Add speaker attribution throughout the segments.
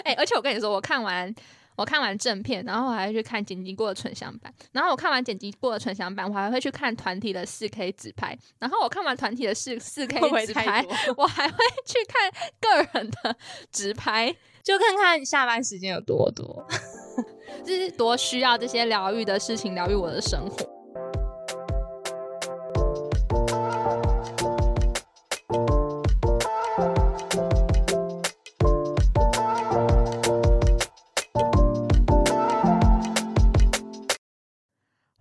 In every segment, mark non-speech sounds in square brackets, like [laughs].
Speaker 1: [laughs] 哎、而且我跟你说，我看完我看完正片，然后我还去看剪辑过的纯享版，然后我看完剪辑过的纯享版，我还会去看团体的四 K 直拍，然后我看完团体的四四 K
Speaker 2: 会不会
Speaker 1: 直
Speaker 2: 太
Speaker 1: 拍，
Speaker 2: 多？
Speaker 1: 我还会去看个人的直拍，
Speaker 2: 就看看下班时间有多多。
Speaker 1: 就是多需 [laughs] 要这些疗愈的事情疗愈我的生活。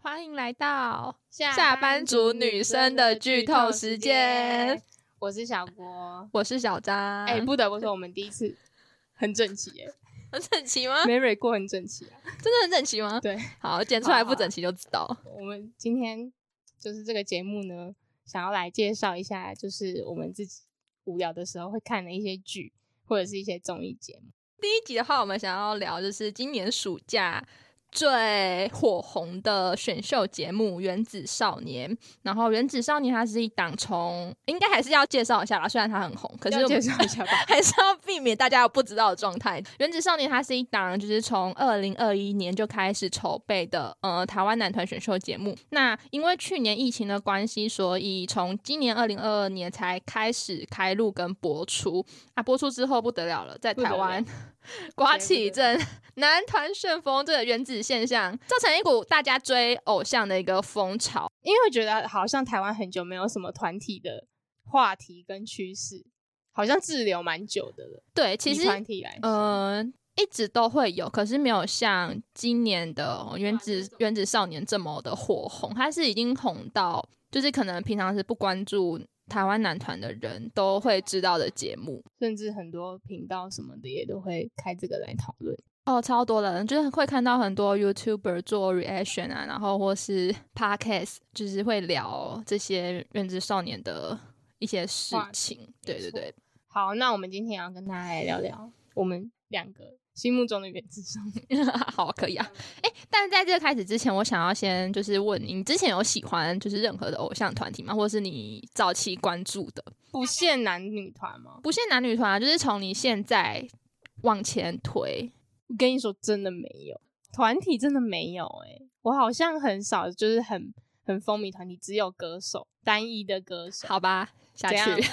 Speaker 1: 欢迎来到
Speaker 2: 下
Speaker 1: 下班族女生的剧透时间，啊
Speaker 2: 我是小郭。
Speaker 1: 我是小张。
Speaker 2: 哎、不得不说，我们第一次很整齐耶、
Speaker 1: 很整齐吗？
Speaker 2: 梅蕊过很整齐啊。
Speaker 1: 真的很整齐吗？
Speaker 2: 对，
Speaker 1: 好，剪出来不整齐就知道了。
Speaker 2: 我们今天就是这个节目呢，想要来介绍一下，就是我们自己无聊的时候会看的一些剧或者是一些综艺节目。
Speaker 1: 第一集的话，我们想要聊就是今年暑假最火红的选秀节目《原子少年》。然后，《原子少年》它是一档从应该还是要介绍一下吧，虽然它很红，可是
Speaker 2: 要
Speaker 1: 我
Speaker 2: 介
Speaker 1: 们
Speaker 2: 绍
Speaker 1: [laughs]
Speaker 2: 一下吧。
Speaker 1: 还是要避免大家有不知道的状态。《原子少年》它是一档就是从二零二一年就开始筹备的呃台湾男团选秀节目。那因为去年疫情的关系，所以从今年二零二二年才开始开录跟播出。啊，播出之后不得了了，在
Speaker 2: 不得
Speaker 1: 台
Speaker 2: 了
Speaker 1: 湾 [laughs] 刮
Speaker 2: 绝
Speaker 1: 起一
Speaker 2: 不
Speaker 1: 阵男团旋风这个原子现象，造成一股大家追偶像的一个风潮。
Speaker 2: 因为觉得好像台湾很久没有什么团体的话题跟趋势，好像滞留蛮久的了。
Speaker 1: 对，其
Speaker 2: 以
Speaker 1: 实
Speaker 2: 团体来说，
Speaker 1: 呃，一直都会有，可是没有像今年的哦原子原子少年这么的火红，它是已经红到就是可能平常是不关注台湾男团的人都会知道的节目
Speaker 2: 甚至很多频道什么的也都会开这个来讨论。
Speaker 1: 哦，超多的人就是会看到很多 YouTuber 做 reaction 啊，然后或是 podcast 就是会聊这些原子少年的一些事
Speaker 2: 话题
Speaker 1: 情，对对
Speaker 2: 错
Speaker 1: 对，
Speaker 2: 好，那我们今天要跟大家来聊聊我们两个心目中的原子少年。
Speaker 1: [laughs] 好，可以啊。哎、但是在这个开始之前，我想要先就是问你，你之前有喜欢就是任何的偶像团体吗？或是你早期关注的？
Speaker 2: 不限男女团吗？
Speaker 1: 不限男女团啊，就是从你现在往前推，
Speaker 2: 我跟你说，真的没有团体，真的没有、欸。我好像很少，就是很很风靡团体，只有歌手，单一的歌手。
Speaker 1: 好吧，下
Speaker 2: 怎样
Speaker 1: 去。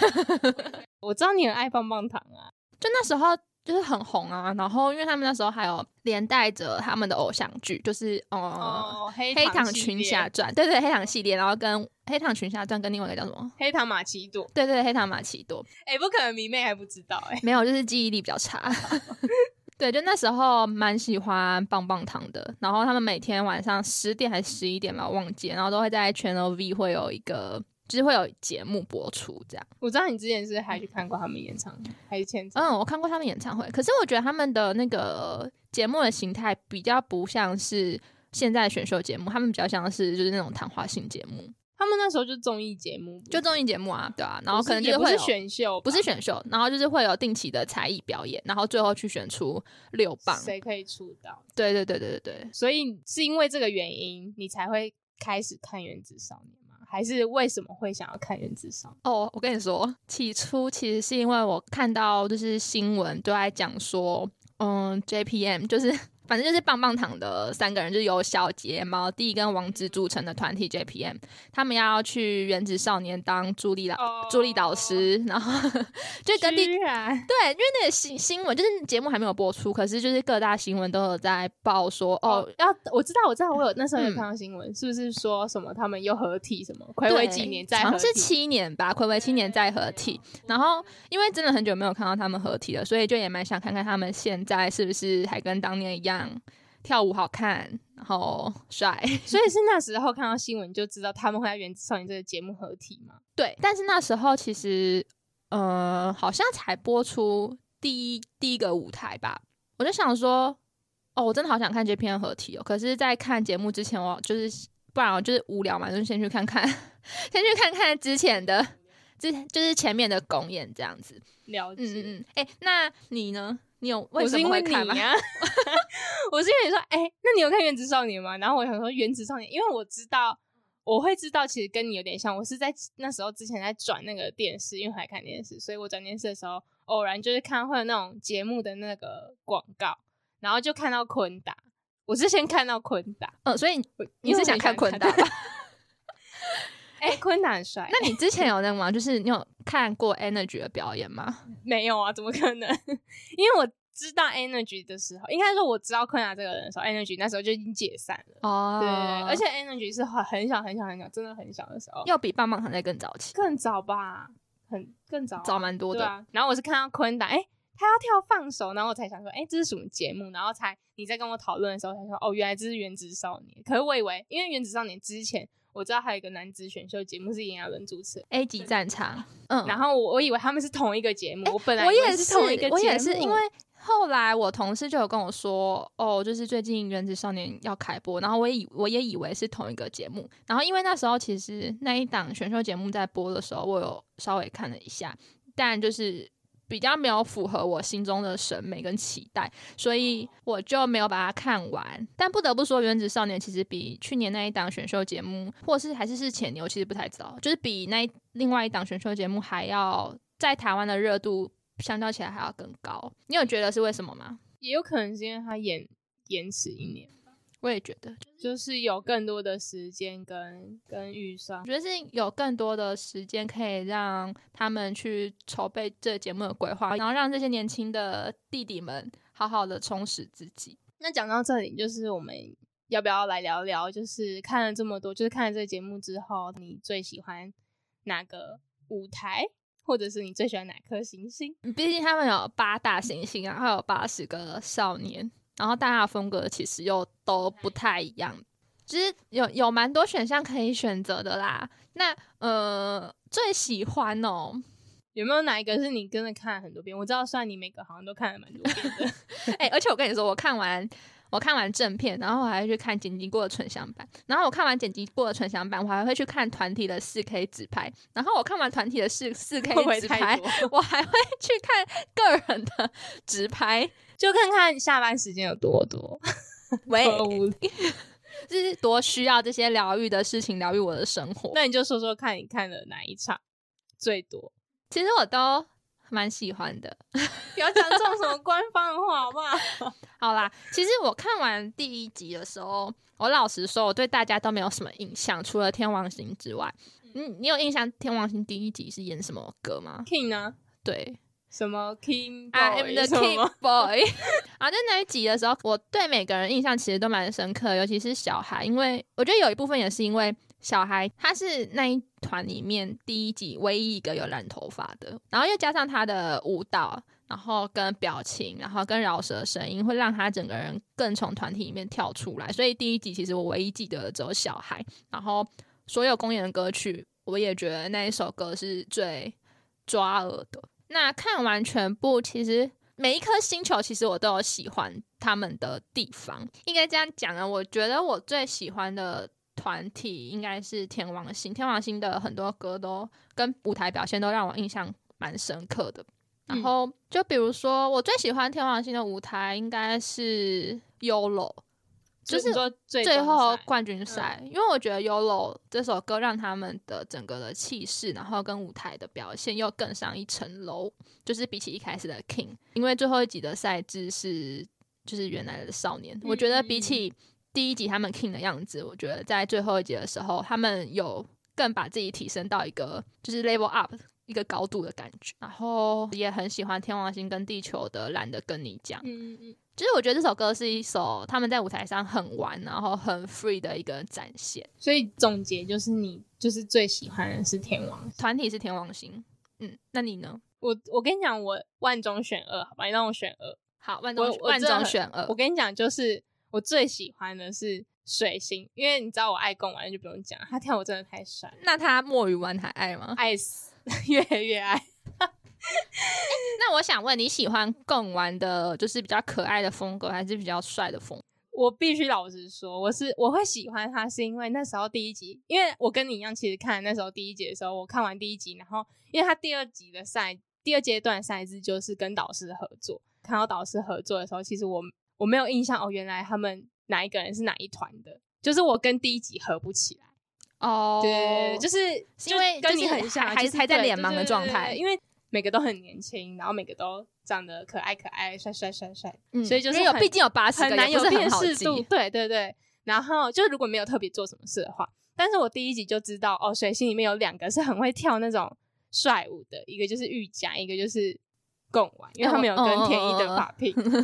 Speaker 2: [laughs] 我知道你很爱棒棒糖啊，
Speaker 1: [laughs] 就那时候就是很红啊，然后因为他们那时候还有连带着他们的偶像剧，就是呃。
Speaker 2: 哦，黑
Speaker 1: 黑糖
Speaker 2: 系
Speaker 1: 群
Speaker 2: 列
Speaker 1: 侠传，对对，黑糖系列，然后跟黑糖群侠传跟另外一个叫什么？
Speaker 2: 黑糖玛奇朵，
Speaker 1: 对对，黑糖玛奇朵，
Speaker 2: 哎、不可能迷妹还不知道哎、
Speaker 1: [laughs] 没有，就是记忆力比较差。 [laughs] 对，就那时候蛮喜欢棒棒糖的，然后他们每天晚上十点还是十一点吧，忘记了，然后都会在 Channel V 会有一个，就是会有节目播出这样。
Speaker 2: 我知道你之前是还去看过他们演唱会，还是签唱，
Speaker 1: 嗯，我看过他们演唱会，可是我觉得他们的那个节目的形态比较不像是现在的选秀节目，他们比较像是就是那种谈话性节目，
Speaker 2: 他们那时候就综艺节目，
Speaker 1: 就综艺节目啊，对啊，然后
Speaker 2: 不是
Speaker 1: 可能就
Speaker 2: 也不
Speaker 1: 会
Speaker 2: 是
Speaker 1: 有
Speaker 2: 选秀吧，
Speaker 1: 不是选秀，然后就是会有定期的才艺表演，然后最后去选出六棒。
Speaker 2: 谁可以出道，
Speaker 1: 对对对对对对。
Speaker 2: 所以是因为这个原因你才会开始看《原子少年》吗？还是为什么会想要看《原子少年》？
Speaker 1: 哦，我跟你说，起初其实是因为我看到就是新闻都在讲说，嗯，JPM 就是反正就是棒棒糖的三个人，就是由小杰、毛弟跟王子组成的团体 JPM，他们要去原子少年当助理老、
Speaker 2: 哦
Speaker 1: 助理导师，然后就跟第
Speaker 2: 居然
Speaker 1: 对，因为那个新新闻就是节目还没有播出，可是就是各大新闻都有在报说，哦，
Speaker 2: 哦，要我知道，我知道，我有那时候有
Speaker 1: 嗯
Speaker 2: 看到新闻，是不是说什么他们又合体什么？暌
Speaker 1: 对
Speaker 2: 违几年再
Speaker 1: 好
Speaker 2: 合
Speaker 1: 像是
Speaker 2: 体，哦
Speaker 1: 七年吧，暌违七年再合体。然后因为真的很久没有看到他们合体了，所以就也蛮想看看他们现在是不是还跟当年一样跳舞好看，然后帅。 [laughs]
Speaker 2: 所以是那时候看到新闻就知道他们会在《原子少年》这个节目合体吗？
Speaker 1: 对，但是那时候其实呃，好像才播出第一第一个舞台吧，我就想说，哦，我真的好想看这篇合体哦。可是，在看节目之前，我就是不然我就是无聊嘛，就先去看看， [laughs] 先去看看之前的。之就是前面的公演这样子，
Speaker 2: 了解，
Speaker 1: 嗯嗯嗯，哎、那你呢？你有为
Speaker 2: 我
Speaker 1: 什
Speaker 2: 是因
Speaker 1: 么会
Speaker 2: 为你
Speaker 1: 看吗？
Speaker 2: 啊，我是因为你说，哎、那你有看《原子少年》吗？然后我想说，《原子少年》，因为我知道，我会知道，其实跟你有点像。我是在那时候之前在转那个电视，因为我还看电视，所以我转电视的时候，偶然就是看会有那种节目的那个广告，然后就看到昆达，我是先看到昆达，
Speaker 1: [laughs] 嗯，所以你
Speaker 2: 我
Speaker 1: 你是想看昆达？吧？
Speaker 2: [laughs] 哎、昆达很帅，
Speaker 1: 那你之前有那个吗？就是你有看过 Energy 的表演吗？
Speaker 2: 没有啊？怎么可能？因为我知道 Energy 的时候，应该说我知道昆达这个人的时候，Energy 那时候就已经解散了。
Speaker 1: 哦
Speaker 2: 对对对，而且 Energy 是很很小很小很小，真的很小的时候，
Speaker 1: 要比棒棒糖再更早起，
Speaker 2: 更早吧，很更早啊、
Speaker 1: 早蛮多
Speaker 2: 对
Speaker 1: 的。
Speaker 2: 啊，然后我是看到昆达，哎、他要跳放手，然后我才想说，哎、这是什么节目？然后才你在跟我讨论的时候才说，哦，原来这是原子少年。可是我以为，因为原子少年之前我知道还有一个男子选秀节目是炎亚纶主持的，
Speaker 1: A 级战场，嗯，
Speaker 2: 然后我我以为他们是同一个节目，我本来
Speaker 1: 我
Speaker 2: 以为
Speaker 1: 也
Speaker 2: 是同一个节目，
Speaker 1: 我也是，因为后来我同事就有跟我说，哦，就是最近《原子少年》要开播，然后我也以我也以为是同一个节目，然后因为那时候其实那一档选秀节目在播的时候，我有稍微看了一下，但就是。比较没有符合我心中的审美跟期待，所以我就没有把它看完。但不得不说，《原子少年》其实比去年那一档选秀节目，或是还是是前年，我其实不太知道，就是比那一另外一档选秀节目还要在台湾的热度相较起来还要更高。你有觉得是为什么吗？
Speaker 2: 也有可能是因为他延延迟一年。
Speaker 1: 我也觉得，
Speaker 2: 就是有更多的时间跟跟预算
Speaker 1: 我，觉得是有更多的时间可以让他们去筹备这节目的规划，然后让这些年轻的弟弟们好好的充实自己。
Speaker 2: 那讲到这里，就是我们要不要来聊聊？就是看了这么多，就是看了这个节目之后，你最喜欢哪个舞台，或者是你最喜欢哪颗行星？
Speaker 1: 毕竟他们有八大行星，然后有八十个少年，然后大家的风格其实又都不太一样，其实有有蛮多选项可以选择的啦。那呃，最喜欢哦，
Speaker 2: 有没有哪一个是你真的看了很多遍？我知道，算你每个好像都看了蛮多遍的。
Speaker 1: 哎、而且我跟你说，我看完我看完正片，然后我还去看剪辑过的纯享版，然后我看完剪辑过的纯享版，我还会去看团体的四 K 直拍，然后我看完团体的四四 K
Speaker 2: 会不会
Speaker 1: 直
Speaker 2: [laughs] 太
Speaker 1: 拍，[laughs]
Speaker 2: 多？
Speaker 1: 我还会去看个人的 [laughs] 直拍，
Speaker 2: [laughs] 就看看下班时间有多 [laughs] 多。
Speaker 1: [laughs] 喂，
Speaker 2: 无聊
Speaker 1: 就是多需要这些疗愈的事情疗愈我的生活。
Speaker 2: 那你就说说看你看了哪一场最多？
Speaker 1: 其实我都蛮喜欢的。
Speaker 2: 不要讲这种什么官方的话，好不好？
Speaker 1: 好啦，其实我看完第一集的时候，我老实说，我对大家都没有什么印象，除了天王星之外。嗯，你有印象天王星第一集是演什么歌吗？
Speaker 2: King 呢？
Speaker 1: 对
Speaker 2: 什么 King
Speaker 1: ，I am
Speaker 2: Boy，
Speaker 1: the
Speaker 2: 什么
Speaker 1: king boy。啊， [laughs] 在那一集的时候，我对每个人印象其实都蛮深刻，尤其是小孩，因为我觉得有一部分也是因为小孩他是那一团里面第一集唯一一个有染头发的，然后又加上他的舞蹈，然后跟表情，然后跟饶舌声音，会让他整个人更从团体里面跳出来。所以第一集其实我唯一记得的只有小孩，然后所有公演的歌曲，我也觉得那一首歌是最抓耳的。那看完全部，其实每一颗星球，其实我都有喜欢他们的地方。应该这样讲啊，我觉得我最喜欢的团体应该是天王星。天王星的很多歌都跟舞台表现都让我印象蛮深刻的。然后就比如说，我最喜欢天王星的舞台应该是 YOLO，就是
Speaker 2: 你说最
Speaker 1: 最
Speaker 2: 终
Speaker 1: 后
Speaker 2: 赛嗯
Speaker 1: 冠军赛，因为我觉得《YOLO》这首歌让他们的整个的气势，然后跟舞台的表现又更上一层楼，就是比起一开始的 King，因为最后一集的赛制是就是原来的少年，我觉得
Speaker 2: 嗯
Speaker 1: 比起第一集他们 King 的样子，我觉得在最后一集的时候，他们有更把自己提升到一个就是 level up 一个高度的感觉，然后也很喜欢天王星跟地球的懒得跟你讲。
Speaker 2: 嗯嗯嗯，
Speaker 1: 就是我觉得这首歌是一首他们在舞台上很玩，然后很 free 的一个展现。
Speaker 2: 所以总结就是你就是最喜欢的是天王。
Speaker 1: 团体是天王星，嗯，那你呢？
Speaker 2: 我我跟你讲，我万中选二，好吧，你让我选二。
Speaker 1: 好，万中
Speaker 2: 我我
Speaker 1: 万
Speaker 2: 真的
Speaker 1: 中
Speaker 2: 很
Speaker 1: 选二
Speaker 2: 我，跟你讲，就是我最喜欢的是水星，因为你知道我爱贡丸就不用讲，他跳舞真的太帅，
Speaker 1: 那他墨鱼湾还爱
Speaker 2: [laughs]
Speaker 1: 吗？
Speaker 2: 爱死，越来越爱。
Speaker 1: 那我想问，你喜欢更玩的，就是比较可爱的风格，还是比较帅的风格？
Speaker 2: 我必须老实说，我是我会喜欢他，是因为那时候第一集，因为我跟你一样，其实看那时候第一集的时候，我看完第一集，然后因为他第二集的赛，第二阶段赛制就是跟导师合作，看到导师合作的时候，其实我我没有印象哦，原来他们哪一个人是哪一团的，就是我跟第一集合不起来。
Speaker 1: 哦
Speaker 2: 对，就是
Speaker 1: 是因为
Speaker 2: 就跟
Speaker 1: 就是
Speaker 2: 你很像，啊
Speaker 1: 还
Speaker 2: 就是
Speaker 1: 还在
Speaker 2: 对
Speaker 1: 脸盲的
Speaker 2: 对对
Speaker 1: 状
Speaker 2: 对对
Speaker 1: 态
Speaker 2: 因为每个都很年轻，然后每个都长得可爱可爱、帅帅帅帅，
Speaker 1: 嗯
Speaker 2: 所以就是
Speaker 1: 因为有
Speaker 2: 很
Speaker 1: 毕竟有八十
Speaker 2: 很
Speaker 1: 个，
Speaker 2: 难
Speaker 1: 也
Speaker 2: 有
Speaker 1: 不是
Speaker 2: 辨
Speaker 1: 很好
Speaker 2: 识度。
Speaker 1: 记。
Speaker 2: 对对对，然后就如果没有特别做什么事的话，但是我第一集就知道哦，水星里面有两个是很会跳那种帅舞的，一个就是玉佳，一个就是贡丸，因为他们有
Speaker 1: 哎我
Speaker 2: 跟田一的
Speaker 1: 嗯
Speaker 2: 法聘，很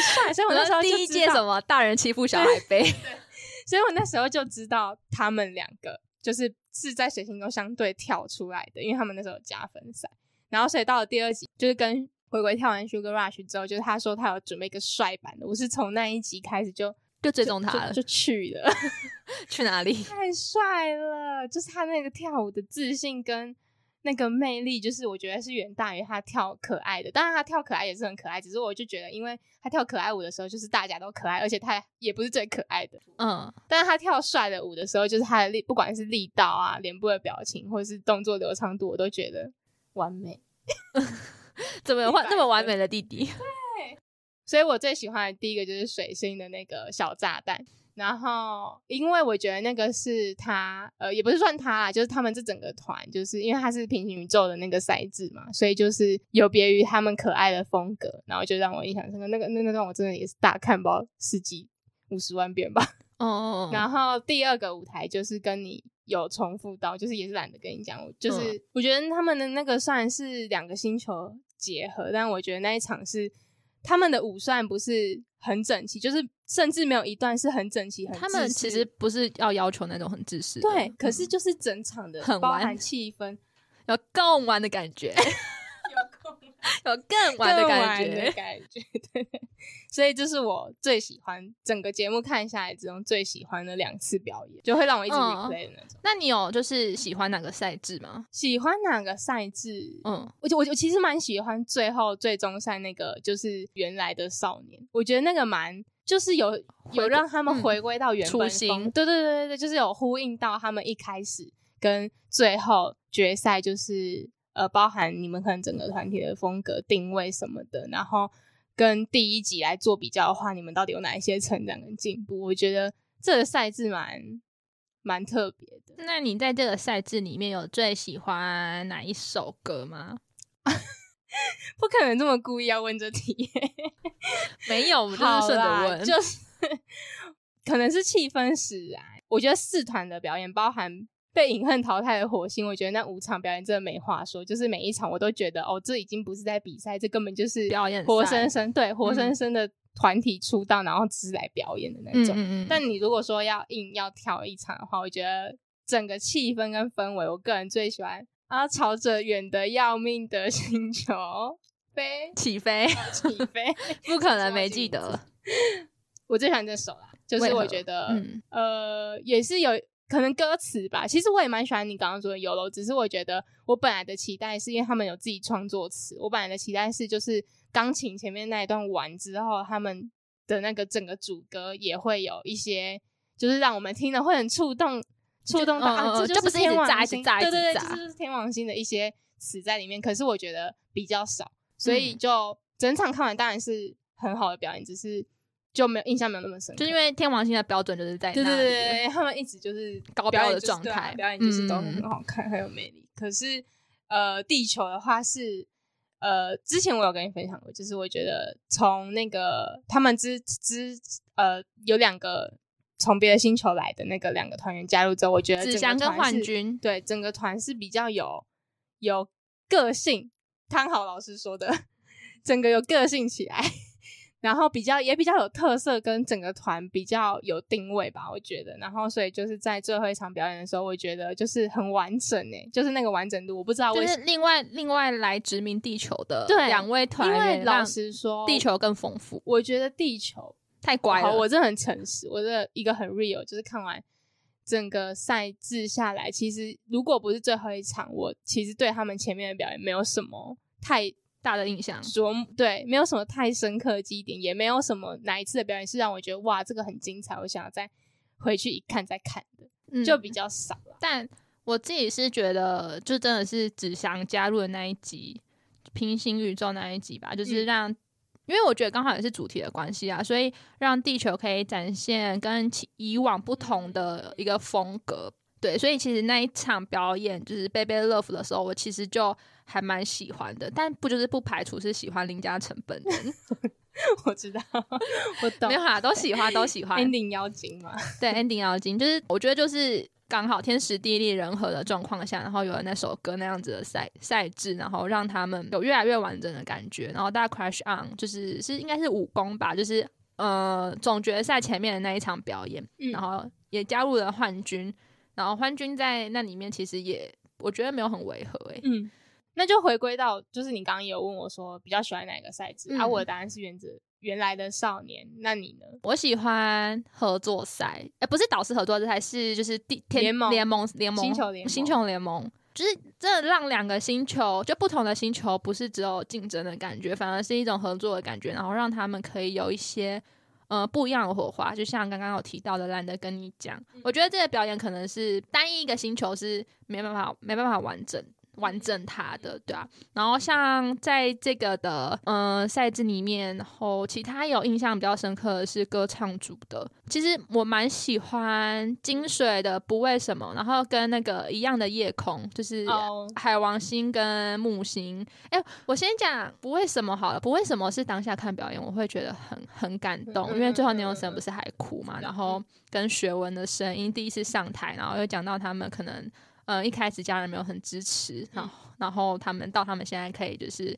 Speaker 2: 帅，所以我那时
Speaker 1: [laughs]
Speaker 2: 候
Speaker 1: 第
Speaker 2: 就
Speaker 1: 一届
Speaker 2: 知道
Speaker 1: 什么大人欺负小孩呗，
Speaker 2: [laughs] 所以我那时候就知道他们两个就是是在水星中相对跳出来的，因为他们那时候有加分赛。然后所以到了第二集，就是跟回归跳完 Sugar Rush 之后，就是他说他有准备一个帅版的，我是从那一集开始就
Speaker 1: 就追踪他
Speaker 2: 就
Speaker 1: 了
Speaker 2: 就。就去了， [laughs]
Speaker 1: 去哪里？
Speaker 2: 太帅了！就是他那个跳舞的自信跟那个魅力，就是我觉得是远大于他跳可爱的。当然他跳可爱也是很可爱，只是我就觉得，因为他跳可爱舞的时候，就是大家都可爱，而且他也不是最可爱的。
Speaker 1: 嗯，
Speaker 2: 但是他跳帅的舞的时候，就是他的力，不管是力道啊、脸部的表情，或者是动作流畅度，我都觉得完美。
Speaker 1: 怎么有换
Speaker 2: 一百
Speaker 1: 那么完美的弟弟？ [laughs]
Speaker 2: 所以我最喜欢的第一个就是水星的那个小炸弹。然后，因为我觉得那个是他，呃，也不是算他啦，就是他们这整个团，就是因为他是平行宇宙的那个赛制嘛，所以就是有别于他们可爱的风格，然后就让我印象深刻。那个那那段我真的也是大看包十几五十万遍吧。
Speaker 1: 哦，
Speaker 2: 然后第二个舞台就是跟你有重复到，就是也是懒得跟你讲，我就是、
Speaker 1: 嗯
Speaker 2: 我觉得他们的那个算是两个星球结合，但我觉得那一场是他们的舞算不是很整齐，就是甚至没有一段是很整齐，很
Speaker 1: 他们
Speaker 2: 自私
Speaker 1: 其实不是要要求那种很自私的，
Speaker 2: 呃对，可是
Speaker 1: 嗯
Speaker 2: 就是整场的
Speaker 1: 很
Speaker 2: 包
Speaker 1: 完
Speaker 2: 含气氛
Speaker 1: [laughs] 有更玩的感
Speaker 2: [laughs]
Speaker 1: 觉， [laughs] 有更玩
Speaker 2: 更
Speaker 1: 的感
Speaker 2: 玩的
Speaker 1: 觉。
Speaker 2: 感觉， [laughs] 对，所以这是我最喜欢整个节目看下来之中最喜欢的两次表演，就会让我一直
Speaker 1: 嗯
Speaker 2: replay 的那种。
Speaker 1: 那你有就是喜欢哪个赛制吗？
Speaker 2: 喜欢哪个赛制？
Speaker 1: 嗯，
Speaker 2: 我就我我其实蛮喜欢最后最终赛那个，就是原来的少年，我觉得那个蛮就是有
Speaker 1: 归嗯
Speaker 2: 有让他们回归到原
Speaker 1: 初
Speaker 2: 本
Speaker 1: 心
Speaker 2: 风对对对对对，就是有呼应到他们一开始跟最后决赛，就是呃包含你们可能整个团体的风格定位什么的，然后跟第一集来做比较的话，你们到底有哪一些成长跟进步？我觉得这个赛制蛮蛮特别的。
Speaker 1: 那你在这个赛制里面有最喜欢哪一首歌吗？
Speaker 2: 不可能这么故意要问这题耶、
Speaker 1: 没有，我们就
Speaker 2: 好
Speaker 1: 是顺着
Speaker 2: 啦
Speaker 1: 问，
Speaker 2: 就是 [laughs] 可能是气氛使然。我觉得四团的表演，包含被隐恨淘汰的火星，我觉得那五场表演真的没话说，就是每一场我都觉得，哦，这已经不是在比赛，这根本就是
Speaker 1: 表演赛嗯
Speaker 2: 活生生对活生生的团体出道，然后只是来表演的那
Speaker 1: 嗯
Speaker 2: 种。
Speaker 1: 嗯嗯，
Speaker 2: 但你如果说要硬要跳一场的话，我觉得整个气氛跟氛围，我个人最喜欢啊，朝着远的要命的星球飞 [laughs]
Speaker 1: 起飞
Speaker 2: 起飞。
Speaker 1: 不可能没记得，
Speaker 2: 我最喜欢这首啦，就是
Speaker 1: 为何
Speaker 2: 我觉得，
Speaker 1: 嗯
Speaker 2: 呃，也是有可能歌词吧。其实我也蛮喜欢你刚刚说的《游楼》，只是我觉得我本来的期待是因为他们有自己创作词，我本来的期待是就是钢琴前面那一段完之后，他们的那个整个主歌也会有一些，就是让我们听了会很触动。触动到、
Speaker 1: 嗯嗯
Speaker 2: 啊，
Speaker 1: 嗯
Speaker 2: 这
Speaker 1: 就不
Speaker 2: 是
Speaker 1: 是一直
Speaker 2: 天
Speaker 1: 炸
Speaker 2: 王
Speaker 1: 一直
Speaker 2: 星，
Speaker 1: 炸一
Speaker 2: 对
Speaker 1: 直
Speaker 2: 对对，
Speaker 1: 炸
Speaker 2: 这就是天王星的一些词在里面。可是我觉得比较少，所以
Speaker 1: 嗯
Speaker 2: 就整场看完当然是很好的表演，只是就没有印象没有那么深刻，
Speaker 1: 就是因为天王星的标准就是在那
Speaker 2: 对对
Speaker 1: 里
Speaker 2: 对对，对他们一直就是
Speaker 1: 高
Speaker 2: [laughs] 表
Speaker 1: 标
Speaker 2: 演
Speaker 1: 的
Speaker 2: 就是
Speaker 1: 状
Speaker 2: 对啊
Speaker 1: 态
Speaker 2: 表演就是都
Speaker 1: 嗯
Speaker 2: 很好看，很有魅力。可是呃，地球的话是呃，之前我有跟你分享过，就是我觉得从那个他们之之呃有两个从别的星球来的那个两个团员加入之后，我觉得
Speaker 1: 子
Speaker 2: 整个
Speaker 1: 祥跟
Speaker 2: 团
Speaker 1: 幻
Speaker 2: 是
Speaker 1: 君，
Speaker 2: 对整个团是比较有有个性，汤好老师说的， [laughs] 整个有个性起来，然后比较也比较有特色，跟整个团比较有定位吧，我觉得。然后所以就是在最后一场表演的时候，我觉得就是很完整诶、就是那个完整度，我不知道
Speaker 1: 就
Speaker 2: 为什
Speaker 1: 是
Speaker 2: 么。
Speaker 1: 另外另外来殖民地球的
Speaker 2: 对
Speaker 1: 两位团
Speaker 2: 因
Speaker 1: 员，
Speaker 2: 为老
Speaker 1: 让
Speaker 2: 实说，
Speaker 1: 地球更丰富，
Speaker 2: 我觉得地球
Speaker 1: 太乖
Speaker 2: 好，
Speaker 1: 了。
Speaker 2: 我真的很诚实，我的一个很 real，就是看完整个赛制下来，其实如果不是最后一场，我其实对他们前面的表演没有什么太
Speaker 1: 大的印象，
Speaker 2: 琢磨，对，没有什么太深刻的记忆点，也没有什么哪一次的表演是让我觉得哇，这个很精彩，我想要再回去一看再看的，
Speaker 1: 嗯
Speaker 2: 就比较少了。 [laughs]
Speaker 1: 但我自己是觉得，就真的是只想加入的那一集《平行宇宙》那一集吧，就是
Speaker 2: 嗯
Speaker 1: 让，因为我觉得刚好也是主题的关系啊，所以让地球可以展现跟其以往不同的一个风格。对，所以其实那一场表演就是贝贝 love 的时候，我其实就还蛮喜欢的，但不就是不排除是喜欢林家成本
Speaker 2: [laughs]
Speaker 1: 人，
Speaker 2: 我知
Speaker 1: [laughs]
Speaker 2: 道，我懂
Speaker 1: 没。
Speaker 2: [laughs]
Speaker 1: 有啦，都喜欢都喜欢。
Speaker 2: ending 妖精嘛，
Speaker 1: [laughs] 对 ending 妖精，就是我觉得就是刚好天时地利人和的状况下，然后有了那首歌那样子的赛赛制，然后让他们有越来越完整的感觉。然后大家 crash on 就是是应该是武功吧，就是呃总决赛前面的那一场表演，
Speaker 2: 嗯
Speaker 1: 然后也加入了幻军，然后幻军在那里面其实也我觉得没有很违和诶、欸
Speaker 2: 嗯，那就回归到，就是你刚刚有问我说比较喜欢哪个赛制、
Speaker 1: 嗯
Speaker 2: 啊？我的答案是原子原来的少年，那你呢？
Speaker 1: 我喜欢合作赛，哎、不是导师合作赛，是就是地天
Speaker 2: 联盟
Speaker 1: 联盟联盟
Speaker 2: 星球联盟
Speaker 1: 星球联盟，就是真的让两个星球就不同的星球不是只有竞争的感觉，反而是一种合作的感觉，然后让他们可以有一些呃不一样的火花。就像刚刚有提到的，懒得跟你讲，
Speaker 2: 嗯
Speaker 1: 我觉得这个表演可能是单一一个星球是没办法没办法完整。完整它的，对啊，然后像在这个的嗯、呃赛制里面，然后其他有印象比较深刻的是歌唱组的。其实我蛮喜欢金水的《不为什么》，然后跟那个一样的夜空，就是呃啊
Speaker 2: 哦
Speaker 1: 海王星跟木星。哎、我先讲《不为什么》好了，《不为什么》是当下看表演，我会觉得很很感动，
Speaker 2: 嗯
Speaker 1: 因为最后
Speaker 2: 嗯嗯
Speaker 1: 牛
Speaker 2: 嗯
Speaker 1: 神不是还哭嘛，然后
Speaker 2: 嗯
Speaker 1: 跟学文的声音第一次上台，然后又讲到他们可能。呃，一开始家人没有很支持，
Speaker 2: 嗯
Speaker 1: 然后然后他们到他们现在可以就是，